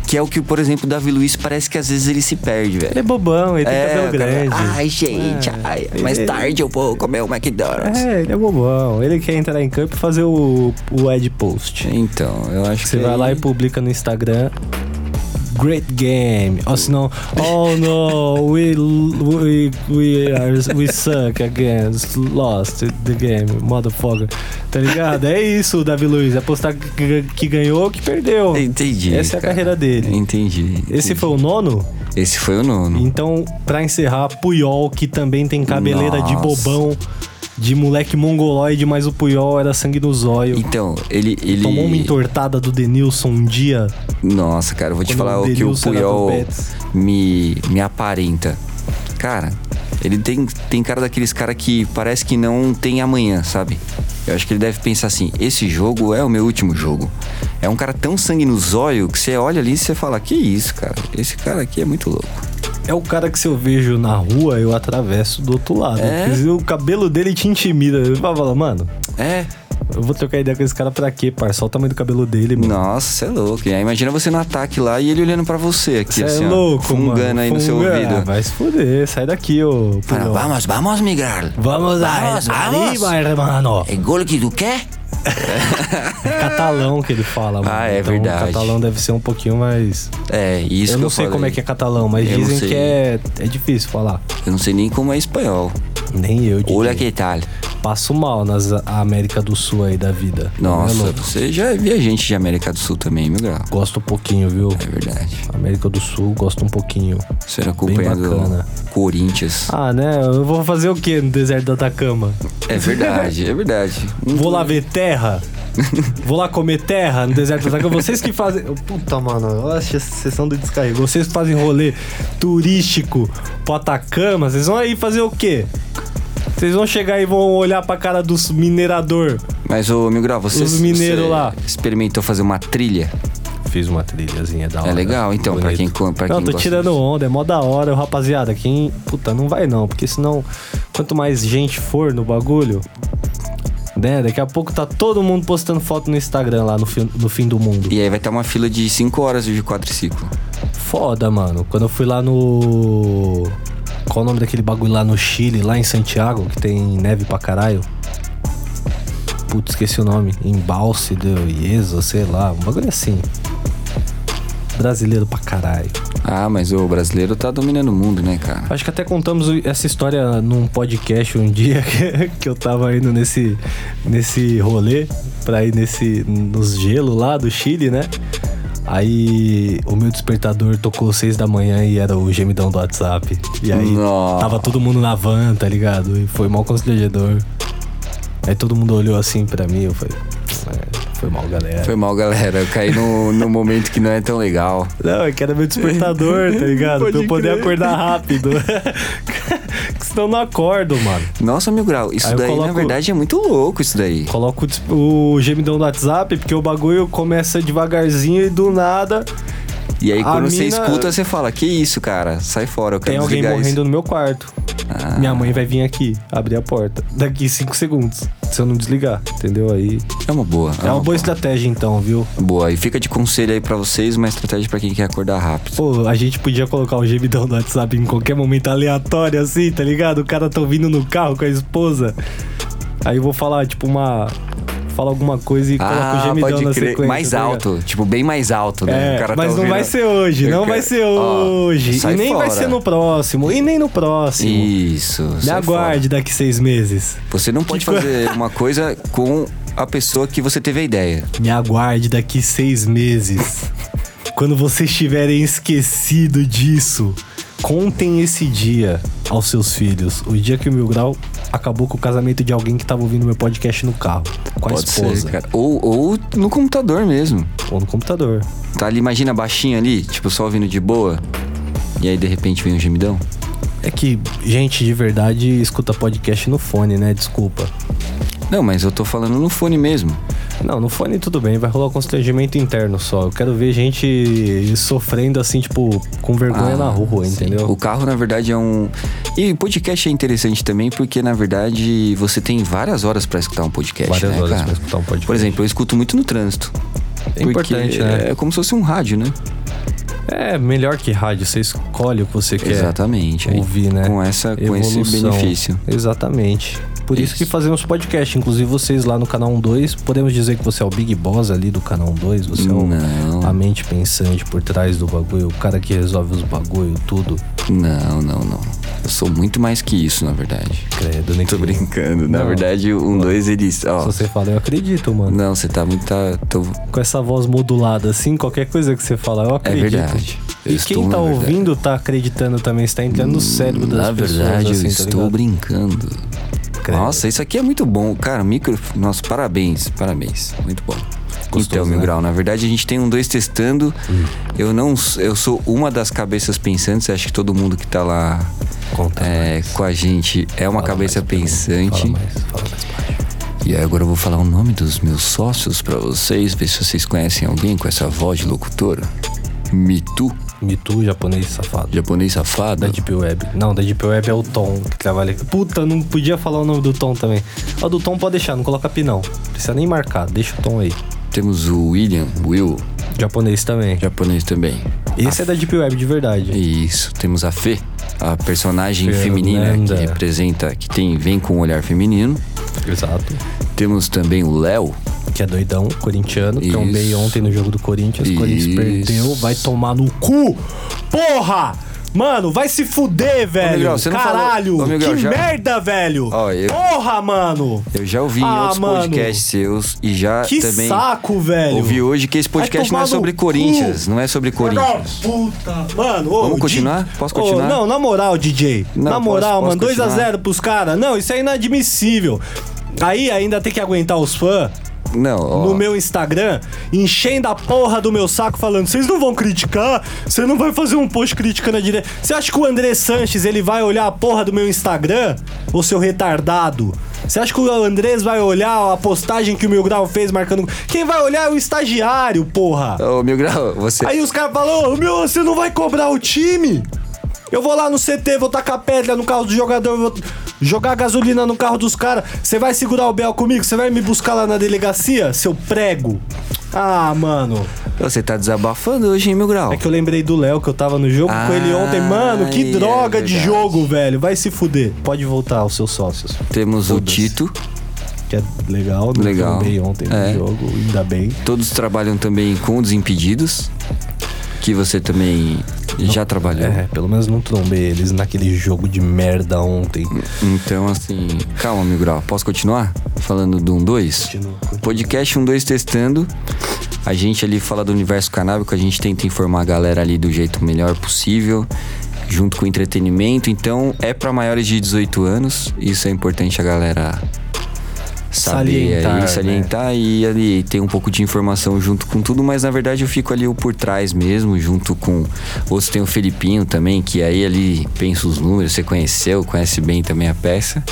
S4: Que é o que, por exemplo, o Davi Luiz parece que às vezes ele se perde, velho.
S1: Ele é bobão, ele tem cabelo
S4: o cara-
S1: grande.
S4: Ai, gente, ai, mais tarde eu vou comer o McDonald's.
S1: É, ele é bobão. Ele quer entrar em campo e fazer o, o ad post.
S4: Então, eu acho que.
S1: Você vai
S4: aí-
S1: lá e publica no Instagram. Great game. Ou senão, oh no, we, we, we, are, we suck again. Lost the game, motherfucker. Tá ligado? É isso, o Davi Luiz. É apostar que, que ganhou ou que perdeu.
S4: Entendi.
S1: Essa é a
S4: cara.
S1: carreira dele.
S4: Entendi.
S1: Esse
S4: entendi.
S1: foi o nono?
S4: Esse foi o nono.
S1: Então, pra encerrar, Puyol, que também tem cabeleira de
S4: Nossa.
S1: bobão, de moleque mongoloide, mas o Puyol era sangue no zóio.
S4: Então, ele. ele...
S1: Tomou um uma entortada do Denilson um dia.
S4: Nossa, cara, eu vou te
S1: Quando
S4: falar
S1: o
S4: o que o
S1: Denilson era do
S4: Puyol
S1: Betis.
S4: me, me aparenta. Cara, ele tem, tem cara daqueles cara que parece que não tem amanhã, sabe? Eu acho que ele deve pensar assim, esse jogo é o meu último jogo. É um cara tão sangue no zóio que você olha ali e você fala, que isso, cara? Esse cara aqui é muito louco.
S1: É o cara que se eu vejo na rua, eu atravesso do outro lado.
S4: É?
S1: Porque O cabelo dele te intimida. Ele vai falar, mano,
S4: É,
S1: eu vou trocar ideia com esse cara pra quê, parça? Olha o tamanho do cabelo dele, mano.
S4: nossa, você é louco. E aí imagina você no ataque lá e ele olhando pra você aqui,
S1: Você
S4: assim,
S1: é
S4: ó,
S1: louco,
S4: fungando
S1: mano.
S4: aí no seu
S1: Funga.
S4: ouvido.
S1: Ah, Vai se fuder, sai daqui, ô.
S4: Fala,
S1: pulhão.
S4: vamos, vamos, migrar.
S1: Vamos lá,
S4: Vamos, vamos.
S1: arriba, hermano.
S4: É gol que tu quer?
S1: É catalão que ele fala, mano.
S4: Ah, é
S1: então,
S4: verdade.
S1: O catalão deve ser um pouquinho mais.
S4: É, isso
S1: eu
S4: que
S1: não sei
S4: falei.
S1: como é que é catalão, mas
S4: Eu não
S1: dizem
S4: sei.
S1: que é, é difícil falar.
S4: Eu não sei nem como é espanhol.
S1: Nem eu. DJ.
S4: Olha que tal.
S1: Passo mal nas a América do Sul aí da vida. É
S4: Nossa,
S1: louco.
S4: você já via gente de América do Sul também, meu grau.
S1: Gosto um pouquinho, viu?
S4: É verdade.
S1: América do Sul, gosto um pouquinho.
S4: Você era acompanhado
S1: bacana.
S4: do Corinthians.
S1: Ah, né? Eu vou fazer o quê no deserto do Atacama?
S4: É verdade, é verdade. Hum,
S1: Vou lá ver terra? vou lá comer terra no deserto do Atacama? Vocês que fazem. Puta, mano, olha a sessão do descarrego. Vocês que fazem rolê turístico pro Atacama, vocês vão aí fazer o quê? Vocês vão chegar e vão olhar pra cara dos minerador.
S4: Mas, ô, meu grau, você,
S1: Os mineiros
S4: você
S1: lá.
S4: experimentou fazer uma trilha?
S1: Fiz uma trilhazinha da hora.
S4: É legal, então, pra
S1: Bonito.
S4: quem, co- pra
S1: não,
S4: quem
S1: tô
S4: gosta
S1: tirando
S4: disso.
S1: onda, é mó da hora, rapaziada. Quem. Puta, não vai não, porque senão, quanto mais gente for no bagulho. Né? Daqui a pouco tá todo mundo postando foto no Instagram lá no, fi- no fim do mundo.
S4: E aí vai ter uma fila de 5 horas de quadriciclo.
S1: Foda, mano. Quando eu fui lá no. Qual o nome daquele bagulho lá no Chile, lá em Santiago, que tem neve pra caralho? Putz, esqueci o nome. Embalse do Ieso, sei lá. Um bagulho assim. Brasileiro pra caralho.
S4: Ah, mas ô, o brasileiro tá dominando o mundo, né, cara?
S1: Acho que até contamos essa história num podcast um dia que- que eu tava indo nesse, nesse rolê pra ir nesse, nos gelo lá do Chile, né? Aí o meu despertador tocou seis da manhã e era o gemidão do WhatsApp. E aí
S4: Nossa.
S1: tava todo mundo na van, tá ligado? E foi mal constrangedor. Aí todo mundo olhou assim pra mim, eu falei, "É, foi mal, galera.
S4: Foi mal, galera. Eu caí no, no momento que não é tão legal.
S1: Não, é que era meu despertador, tá ligado? pra eu poder acordar rápido. Que Senão eu não acordo, mano.
S4: Nossa, meu grau, isso
S1: Aí eu
S4: daí, na
S1: coloco-
S4: verdade, é muito louco isso daí.
S1: Coloco o dis- o gemidão do WhatsApp, porque o bagulho começa devagarzinho e do nada
S4: E aí,
S1: A
S4: quando você
S1: mina-
S4: escuta, você fala: Que isso, cara? Sai fora, eu quero
S1: tem alguém
S4: desligar
S1: morrendo
S4: isso. Ah.
S1: no meu quarto. Minha mãe vai vir aqui, abrir a porta. Daqui 5 segundos. Se eu não desligar, entendeu? Aí.
S4: É uma boa.
S1: É uma boa estratégia, então, viu?
S4: Boa, e fica de conselho aí pra vocês, uma estratégia pra quem quer acordar rápido.
S1: Pô, a gente podia colocar o gemidão do WhatsApp em qualquer momento aleatório, assim, tá ligado? O cara tá vindo no carro com a esposa. Aí eu vou falar, tipo, uma. Fala alguma coisa e coloca o
S4: Ah,
S1: gemidão
S4: pode
S1: na
S4: crer.
S1: sequência.
S4: Mais
S1: tá ligado?
S4: alto, tipo, bem mais alto, né?
S1: É,
S4: O cara tá
S1: mas não
S4: ouvindo-
S1: vai ser hoje, não
S4: Eu
S1: vai
S4: quero-
S1: ser
S4: Ó,
S1: hoje.
S4: sai
S1: e nem vai
S4: fora.
S1: ser no próximo, e nem no próximo.
S4: Isso.
S1: Me
S4: sai
S1: aguarde daqui seis meses.
S4: fora. Você não pode fazer uma coisa com a pessoa que você teve a ideia.
S1: Me aguarde daqui seis meses. Quando vocês tiverem esquecido disso, contem esse dia aos seus filhos. O dia que o Mil Grau acabou com o casamento de alguém que tava ouvindo meu podcast no carro. Com a
S4: pode
S1: esposa.
S4: ser, cara. Ou, ou no computador mesmo.
S1: Ou no computador.
S4: Tá ali, imagina baixinho ali, tipo, só ouvindo de boa. E aí, de repente, vem um gemidão.
S1: É que gente de verdade escuta podcast no fone, né? Desculpa.
S4: Não, mas eu tô falando no fone mesmo.
S1: Não, no fone tudo bem, vai rolar um constrangimento interno só. Eu quero ver gente sofrendo assim, tipo, com vergonha
S4: Ah,
S1: na rua,
S4: sim.
S1: entendeu?
S4: O carro, na verdade, é um. E podcast é interessante também, porque, na verdade, você tem várias horas pra escutar um podcast.
S1: Várias
S4: né,
S1: horas
S4: cara?
S1: pra escutar um podcast.
S4: Por exemplo, eu escuto muito no trânsito.
S1: É importante,
S4: porque
S1: né?
S4: É como se fosse um rádio, né?
S1: É melhor que rádio, você escolhe o que você quer
S4: Exatamente. Aí,
S1: ouvir, né?
S4: Com, essa, com esse
S1: Evolução.
S4: benefício.
S1: Exatamente. por isso, que fazemos podcast. Inclusive, vocês lá no Canal 12, podemos dizer que você é o Big Boss ali do Canal 12? Você é o-
S4: Não.
S1: a mente pensante por trás do bagulho, o cara que resolve os bagulho, tudo.
S4: Não, não, não. Eu sou muito mais que isso, na verdade.
S1: Credo, nem
S4: Tô
S1: que-
S4: brincando. Na
S1: Não.
S4: verdade, um, dois, eles. Ó.
S1: Se você fala, eu acredito, mano.
S4: Não, você tá muito. Tá, tô-
S1: Com essa voz modulada assim, qualquer coisa que você fala, eu
S4: É
S1: acredito.
S4: verdade. Eu
S1: E
S4: estou,
S1: quem
S4: na
S1: tá
S4: verdade.
S1: ouvindo tá acreditando também, está entrando no cérebro das
S4: Na
S1: pessoas.
S4: verdade,
S1: assim,
S4: eu
S1: tá
S4: estou
S1: ligado?
S4: brincando.
S1: Credo.
S4: Nossa, isso aqui é muito bom. Cara, micro. Nossa, parabéns, parabéns. Muito bom. então, Mil
S1: né? Hum.
S4: Grau, na verdade a gente tem um dois testando. Eu não. Eu sou uma das cabeças pensantes. Acho que todo mundo que tá lá
S1: Conta
S4: é, com a gente é uma
S1: Tá Fala
S4: cabeça
S1: mais, Pedro.
S4: pensante.
S1: Fala mais, fala mais baixo.
S4: E aí agora eu vou falar o nome dos meus sócios pra vocês, ver se vocês conhecem alguém com essa voz de locutora. Mitu,
S1: Mitu, japonês safado.
S4: japonês safado.
S1: Da Deep Web. Não, da Deep Web é o Tom que trabalha. Puta, não podia falar o nome do Tom também. Ó, do Tom pode deixar, não coloca pi não. Precisa nem marcar, deixa o Tom aí.
S4: Temos o William, Will,
S1: Japonês também.
S4: japonês também.
S1: Esse é da Deep Web de verdade.
S4: Isso, temos a Fê, a personagem
S1: Fernanda.
S4: feminina que representa, que tem, vem com um olhar feminino.
S1: Exato.
S4: Temos também o Léo,
S1: Que é doidão, corintiano.
S4: Isso.
S1: Trombei ontem no jogo do Corinthians. O Corinthians
S4: Isso.
S1: perdeu, vai tomar no cu! Porra! Mano, vai se fuder, velho!
S4: Miguel, você não falou-
S1: Caralho!
S4: Ô, Miguel,
S1: que
S4: já-
S1: merda, velho!
S4: Ó, eu-
S1: Porra, mano!
S4: eu já ouvi em
S1: Ah,
S4: outros
S1: mano.
S4: podcasts seus e já
S1: Que
S4: também
S1: saco, velho!
S4: ouvi hoje que esse
S1: Vai
S4: podcast não é
S1: tomar no
S4: sobre
S1: cu.
S4: Corinthians, não é sobre Corinthians.
S1: Puta, mano, ô,
S4: Vamos
S1: Di-
S4: continuar? Posso
S1: Ô,
S4: continuar?
S1: não, na moral, DJ.
S4: Não,
S1: na
S4: posso-
S1: moral,
S4: posso
S1: mano, 2x0
S4: continuar?
S1: pros caras. Não, isso é inadmissível. Aí ainda tem que aguentar os fãs
S4: Não, ó,
S1: no meu Instagram, enchendo a porra do meu saco, falando: vocês não vão criticar, você não vai fazer um post criticando a direita. Você acha que o André Sanches ele vai olhar a porra do meu Instagram, ô seu retardado? Você acha que o Andrés vai olhar a postagem que o Mil Grau fez marcando. Quem vai olhar é o estagiário, porra!
S4: Ô, Mil Grau, você.
S1: Aí os caras falam, ô meu, você não vai cobrar o time? Eu vou lá no CT, vou tacar pedra no carro do jogador, vou jogar gasolina no carro dos caras. Você vai segurar o Bel comigo? Você vai me buscar lá na delegacia, seu prego? Ah, mano.
S4: Você tá desabafando hoje, hein, Mil Grau?
S1: É que eu lembrei do Léo que eu tava no jogo com ele ontem. Mano, que
S4: Ah, é
S1: droga de
S4: verdade.
S1: jogo, velho. Vai se fuder. Pode voltar aos seus sócios.
S4: Temos o Tito,
S1: Que é legal, né?
S4: Legal.
S1: Também ontem
S4: É.
S1: no jogo, ainda bem.
S4: todos trabalham também com os impedidos, que você também já trabalhou.
S1: É, pelo menos não trombei eles naquele jogo de merda ontem.
S4: Então, assim, calma, Mil Grau. Posso continuar falando do 1-2?
S1: Continua.
S4: Podcast 1-2 testando. A gente ali fala do universo canábico, a gente tenta informar a galera ali do jeito melhor possível, junto com entretenimento. Então, é pra maiores de 18 anos. Isso é importante a galera saber
S1: Salientar,
S4: aí, salientar e ali tem um pouco de informação junto com tudo, mas na verdade eu fico ali o por trás mesmo, junto com outros tem o Felipinho também, que aí ali pensa os números, você conheceu, conhece bem também a peça.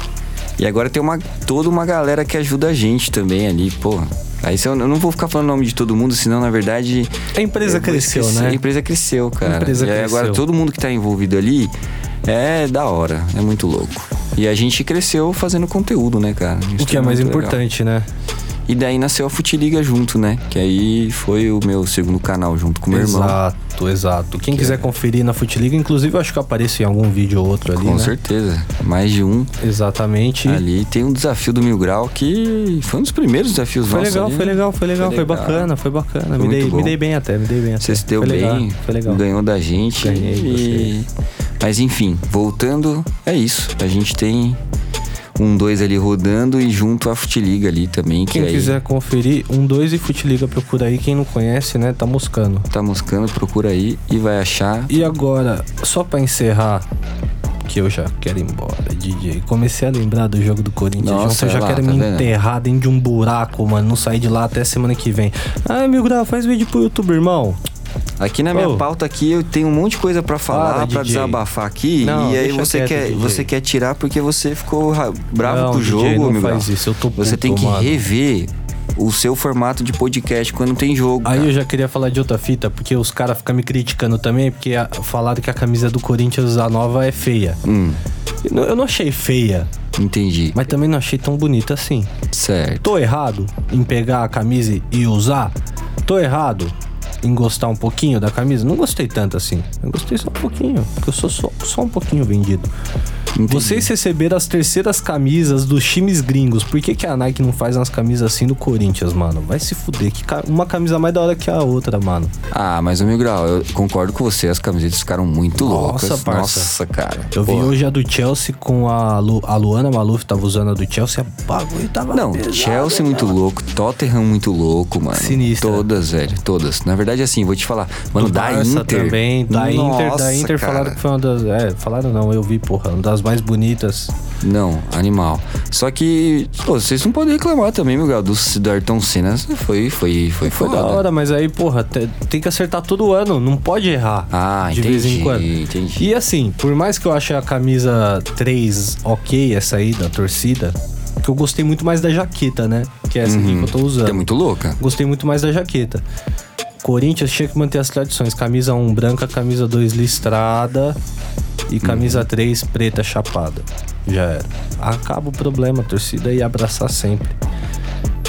S4: E agora tem uma toda uma galera que ajuda a gente também ali, pô. Aí se eu, eu não vou ficar falando o nome de todo mundo, senão na verdade
S1: A empresa
S4: eu vou
S1: cresceu,
S4: esquecer.
S1: né?
S4: A empresa cresceu, cara.
S1: A empresa
S4: e aí
S1: cresceu.
S4: agora todo mundo que tá envolvido ali é da hora, é muito louco. E a gente cresceu fazendo conteúdo, né, cara? Isso
S1: O que é mais
S4: muito legal.
S1: importante, né?
S4: E daí nasceu a Futiliga junto, né? Que aí foi o meu segundo canal junto com o meu irmão. é.
S1: Exato, exato. Quem quiser conferir na Futiliga, inclusive eu acho que aparece em algum vídeo ou outro ali,
S4: Com
S1: né?
S4: certeza. Mais de um
S1: Exatamente.
S4: ali. Tem um desafio do Mil Grau que foi um dos primeiros desafios
S1: Foi
S4: nossos.
S1: legal,
S4: ali.
S1: foi legal, foi legal,
S4: Foi
S1: foi,
S4: legal.
S1: bacana, foi bacana.
S4: Foi
S1: me,
S4: muito
S1: dei,
S4: bom.
S1: me dei bem até, me dei bem até.
S4: Você se deu
S1: foi
S4: bem,
S1: Legal, foi legal.
S4: ganhou da gente.
S1: Ganhei de
S4: e... Mas enfim, voltando, é isso. A gente tem um, dois ali rodando e junto a Futiliga ali também. Que
S1: Quem
S4: aí
S1: quiser conferir, um 2 e Futiliga procura aí. Quem não conhece, né, tá moscando.
S4: tá moscando, procura aí e vai achar.
S1: E agora, só pra encerrar, que eu já quero ir embora, DJ. Comecei a lembrar do jogo do Corinthians. ontem
S4: Nossa,
S1: eu já
S4: lá,
S1: quero
S4: tá
S1: me
S4: vendo?
S1: enterrar dentro de um buraco, mano. Não sair de lá até semana que vem. Ah, meu grau, faz vídeo pro YouTube, irmão.
S4: Aqui na minha
S1: Ô.
S4: pauta aqui eu tenho um monte de coisa pra falar,
S1: Para,
S4: pra
S1: DJ.
S4: desabafar aqui.
S1: Não,
S4: e aí
S1: deixa
S4: você
S1: quieto,
S4: quer,
S1: DJ.
S4: você quer tirar porque você ficou ra- bravo
S1: Não,
S4: com o
S1: DJ,
S4: jogo,
S1: não
S4: meu
S1: faz
S4: grau.
S1: isso, eu tô
S4: Você
S1: puto,
S4: tem que
S1: mano.
S4: rever o seu formato de podcast quando tem jogo.
S1: Aí
S4: cara.
S1: eu já queria falar de outra fita, porque os caras ficam me criticando também, porque a- falaram que a camisa do Corinthians, a nova, é feia.
S4: Hum,
S1: Eu não- Eu não achei feia,
S4: entendi.
S1: mas também não achei tão bonita assim.
S4: Certo.
S1: Tô errado em pegar a camisa e usar? Tô errado em gostar um pouquinho da camisa? Não gostei tanto assim. Eu gostei só um pouquinho, porque eu sou só, só um pouquinho vendido.
S4: Entendi.
S1: Vocês receberam as terceiras camisas dos times gringos. Por que, que a Nike não faz umas camisas assim do Corinthians, mano? Vai se fuder. Que ca- Uma camisa mais da hora que a outra, mano.
S4: Ah, mas o Mil Grau, eu concordo com você, as camisetas ficaram muito
S1: Nossa,
S4: loucas.
S1: parça.
S4: Nossa, cara.
S1: Eu vi um
S4: Pô.
S1: hoje a do Chelsea com a, Lu- a Luana Maluf, tava usando a do Chelsea. O bagulho tava.
S4: Não,
S1: pesado,
S4: Chelsea muito louco, Tottenham muito louco, mano.
S1: Sinistra.
S4: Todas, velho, todas. Na verdade, assim, vou te falar. Mano,
S1: Do
S4: da
S1: Barça
S4: Inter.
S1: também. Da Inter,
S4: Nossa,
S1: da Inter falaram
S4: cara.
S1: que foi uma das. É, falaram não, eu vi, porra. Uma das mais bonitas.
S4: Não, animal. Só que, pô, vocês não podem reclamar também, meu gado, do, do Ayrton Senna. Foi, foi, foi,
S1: Foi da
S4: foda.
S1: hora, mas aí, porra, te- tem que acertar todo ano, não pode errar.
S4: Ah,
S1: de
S4: entendi,
S1: vez em quando.
S4: entendi.
S1: E assim, por mais que eu ache a camisa 3 ok, essa aí da torcida, que eu gostei muito mais da jaqueta, né? Que é essa aqui que eu tô usando.
S4: É muito louca.
S1: Gostei muito mais da jaqueta. Corinthians tinha que manter as tradições: camisa 1 branca, camisa 2 listrada e
S4: Uhum.
S1: camisa 3 preta chapada. Já era. Acaba o problema, a torcida ia abraçar sempre.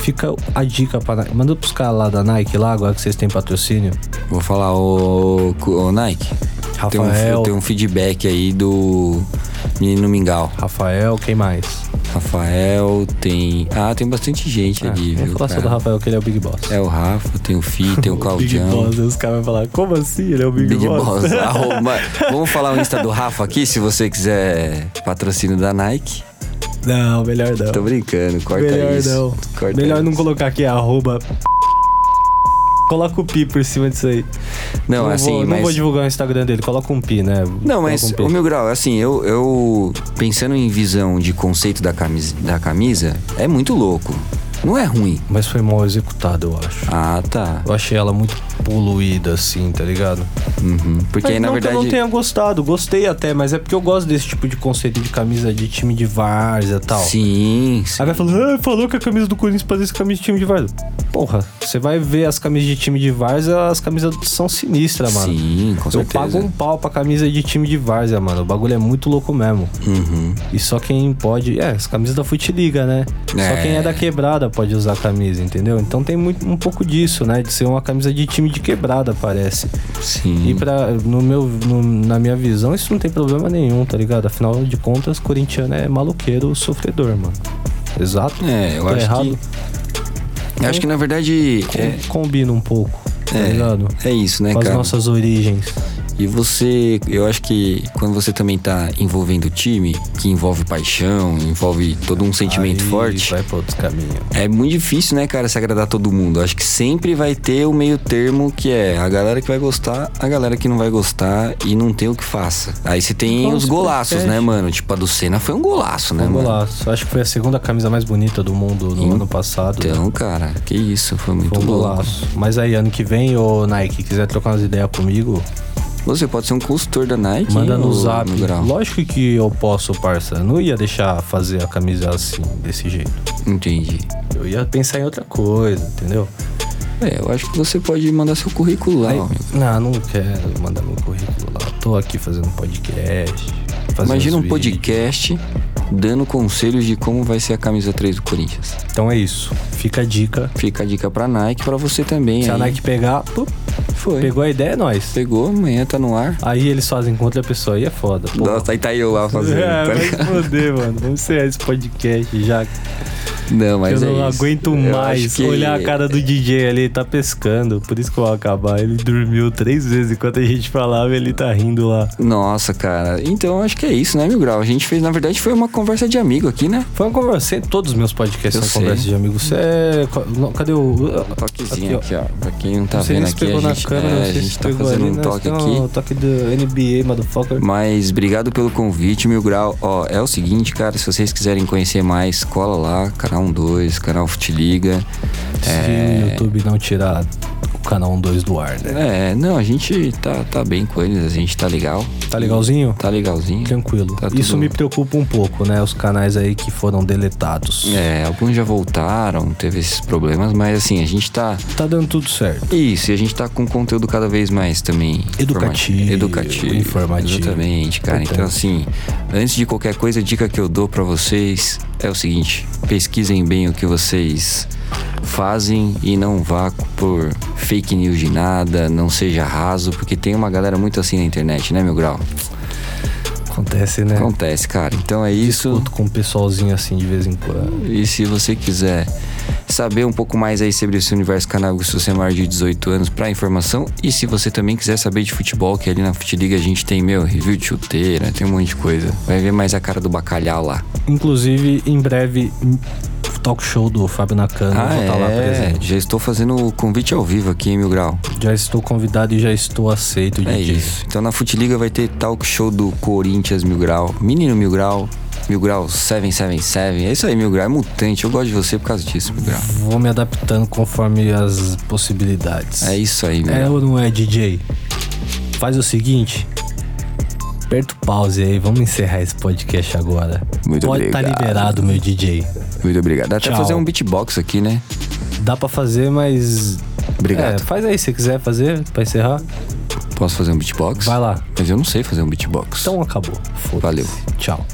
S1: Fica a dica para Nike. Manda pros caras lá da Nike, lá agora que vocês têm patrocínio.
S4: Vou falar, ô, ô Nike. Tem um,
S1: Rafael.
S4: tem um feedback aí do menino Mingau.
S1: Rafael, quem mais?
S4: Rafael, tem. Ah, tem bastante gente ali,
S1: Vamos
S4: viu?
S1: falar só do
S4: cara?
S1: Rafael, que ele é o Big Boss.
S4: É o Rafa, tem o Fi, tem o
S1: Big
S4: Claudião.
S1: Boss, os caras vão falar, como assim? Ele é o Big,
S4: Big
S1: Boss?
S4: Boss. arroba. Vamos falar o Insta do Rafa aqui, se você quiser patrocínio da Nike.
S1: Não, melhor não.
S4: Tô brincando, corta
S1: Melhor
S4: isso.
S1: não.
S4: Corta
S1: Melhor não
S4: isso.
S1: colocar aqui arroba. Coloca o pi por cima disso aí.
S4: Não, assim,
S1: vou,
S4: mas.
S1: não vou divulgar o Instagram dele, coloca um pi, né?
S4: Não,
S1: Coloca
S4: mas
S1: um pi.
S4: o meu grau, assim, eu, eu pensando em visão de conceito da camisa, da camisa, é muito louco. Não é ruim.
S1: Mas foi mal executado, eu acho.
S4: Ah, tá.
S1: Eu achei ela muito poluída, assim, tá ligado?
S4: Uhum. Porque
S1: Mas
S4: aí, na
S1: não
S4: verdade.
S1: que eu não tenha gostado, gostei até, mas é porque eu gosto desse tipo de conceito de camisa de time de várzea e tal.
S4: Sim, sim.
S1: Aí vai falando, ah, falou que a camisa do Corinthians parece camisa de time de Varsa. Porra, você vai ver as camisas de time de Varsa, as camisas são sinistras, mano.
S4: Sim, com
S1: Eu
S4: certeza.
S1: pago um pau pra camisa de time de Várzea, mano. O bagulho é muito louco mesmo.
S4: Uhum.
S1: E só quem pode. É, as camisas da Fute Liga, né?
S4: É.
S1: Só quem é da quebrada pode usar a camisa, entendeu? Então tem muito, um pouco disso, né? De ser uma camisa de time de quebrada, parece.
S4: Sim.
S1: E pra, no meu, no- na minha visão, isso não tem problema nenhum, tá ligado? Afinal de contas, corintiano é maluqueiro, sofredor, mano. Exato.
S4: É, eu
S1: Tô
S4: acho
S1: tá errado. né?
S4: que. Eu acho que na verdade. É,
S1: Combina um pouco, tá
S4: É.
S1: ligado?
S4: é isso, né,
S1: Com as
S4: cara?
S1: nossas origens.
S4: E você, eu acho que quando você também tá envolvendo o time, que envolve paixão, envolve todo um sentimento
S1: Aí
S4: forte,
S1: Vai pra outros caminhos.
S4: é muito difícil, né, cara, se agradar todo mundo. Eu acho que sempre vai ter o meio termo que é a galera que vai gostar, a galera que não vai gostar e não tem o que faça. Aí você tem
S1: Então,
S4: os
S1: se
S4: golaços,
S1: protege.
S4: né, mano? Tipo, a do Senna foi um golaço, né,
S1: Vamos
S4: mano?
S1: lá, acho que foi a segunda camisa mais bonita do mundo no
S4: Sim.
S1: ano passado.
S4: Então, cara, que isso, foi muito
S1: Foi um
S4: louco.
S1: golaço. Mas aí, ano que vem, ô Nike, quiser trocar umas ideias comigo,
S4: Você pode ser um consultor da Nike.
S1: manda no
S4: ou
S1: zap.
S4: No grau.
S1: Lógico que eu posso, parça. Eu Não ia deixar fazer a camisa assim, desse jeito.
S4: Entendi.
S1: Eu ia pensar em outra coisa, entendeu?
S4: É, eu acho que você pode mandar seu currículo lá. ó.
S1: Não, não quero mandar meu currículo lá. Tô aqui fazendo podcast. fazendo
S4: Imagina um
S1: vídeos.
S4: podcast dando conselhos de como vai ser a camisa 3 do Corinthians.
S1: Então é isso. Fica a dica.
S4: Fica a dica pra Nike, pra você também.
S1: Se a
S4: aí.
S1: Nike pegar, pô,
S4: foi. Pegou.
S1: pegou a ideia, é nóis.
S4: amanhã tá no ar.
S1: Aí eles fazem contra a pessoa, aí é foda. Pô,
S4: Nossa, aí tá eu lá fazendo.
S1: É,
S4: tá
S1: vai
S4: ligado?
S1: se foder, mano. Vamos encerrar esse podcast já.
S4: não,
S1: que eu
S4: mas é
S1: não
S4: isso.
S1: aguento
S4: Eu
S1: mais
S4: acho que-
S1: olhar a cara do DJ ali, tá pescando. Por isso que eu vou acabar. Ele dormiu três vezes enquanto a gente falava, ele tá rindo lá.
S4: Nossa, cara. Então acho que é isso, né, Mil Grau? A gente fez, na verdade, foi uma conversa de amigo aqui, né?
S1: Foi uma conversa. Todos os meus podcasts
S4: Eu
S1: são
S4: sei.
S1: conversas de amigos. Você é. co- não, Cadê o.
S4: um Toquezinho
S1: Aqui,
S4: aqui, ó. Pra quem não tá
S1: não sei
S4: vendo
S1: nem se
S4: aqui,
S1: pegou
S4: a
S1: na
S4: gente,
S1: câmera,
S4: é,
S1: não
S4: a
S1: sei
S4: gente
S1: se
S4: tá
S1: pegou
S4: fazendo
S1: ali,
S4: um
S1: né?
S4: toque
S1: Tem
S4: aqui.
S1: um toque do NBA, motherfucker.
S4: Mas obrigado pelo convite, Mil Grau. Ó, é o seguinte, cara, se vocês quiserem conhecer mais, cola lá, canal 12, canal Fute Liga. É.
S1: Se o YouTube não tirar o canal 12 do ar, né?
S4: É, não, a gente tá, tá bem com eles, a gente tá legal.
S1: Tá legalzinho?
S4: Tá legalzinho.
S1: Tranquilo.
S4: Tá
S1: Isso
S4: tudo-
S1: me preocupa um pouco, né? Os canais aí que foram deletados.
S4: É, alguns já voltaram, teve esses problemas, mas assim, a gente tá.
S1: Tá dando tudo certo.
S4: Isso, e a gente tá com conteúdo cada vez mais também.
S1: Educativo,
S4: informa- Educativo.
S1: informativo.
S4: Exatamente, cara. Então, assim, antes de qualquer coisa, a dica que eu dou pra vocês é o seguinte: pesquisem bem o que vocês fazem e não vá por fake news de nada, não seja raso, porque tem uma galera muito assim na internet, né, meu grau?
S1: Acontece, né?
S4: Acontece, cara. Então é isso.
S1: Discuto com o pessoalzinho assim de vez em quando.
S4: E se você quiser saber um pouco mais aí sobre esse universo canábico, se você é maior de 18 anos, pra informação. E se você também quiser saber de futebol, que ali na Futeliga a gente tem, meu, review de chuteira, tem um monte de coisa. Vai ver mais a cara do bacalhau lá.
S1: Inclusive, em breve, o talk show do Fábio Nakano,
S4: Ah,
S1: eu vou estar lá
S4: é?
S1: presente.
S4: já estou fazendo o convite ao vivo aqui em Mil Grau.
S1: Já estou convidado e já estou aceito,
S4: É
S1: DJ.
S4: isso. Então na Futeliga vai ter talk show do Corinthians Mil Grau, Menino Mil Grau, Mil Grau 777. É isso aí, Mil Grau. É mutante. Eu gosto de você por causa disso, Mil Grau.
S1: Vou me adaptando conforme as possibilidades.
S4: É isso aí, Mil
S1: É
S4: Grau.
S1: ou não é, DJ? Faz o seguinte. Aperta o pause aí, vamos encerrar esse podcast agora.
S4: Muito
S1: Pode tá
S4: obrigado.
S1: liberado, meu DJ.
S4: Muito obrigado. Dá até
S1: Tchau.
S4: fazer um beatbox aqui, né?
S1: Dá pra fazer, mas.
S4: Obrigado.
S1: É, faz aí se quiser fazer, pra encerrar.
S4: Posso fazer um beatbox?
S1: Vai lá.
S4: Mas eu não sei fazer um beatbox.
S1: Então acabou. Foda-se.
S4: Valeu.
S1: Tchau.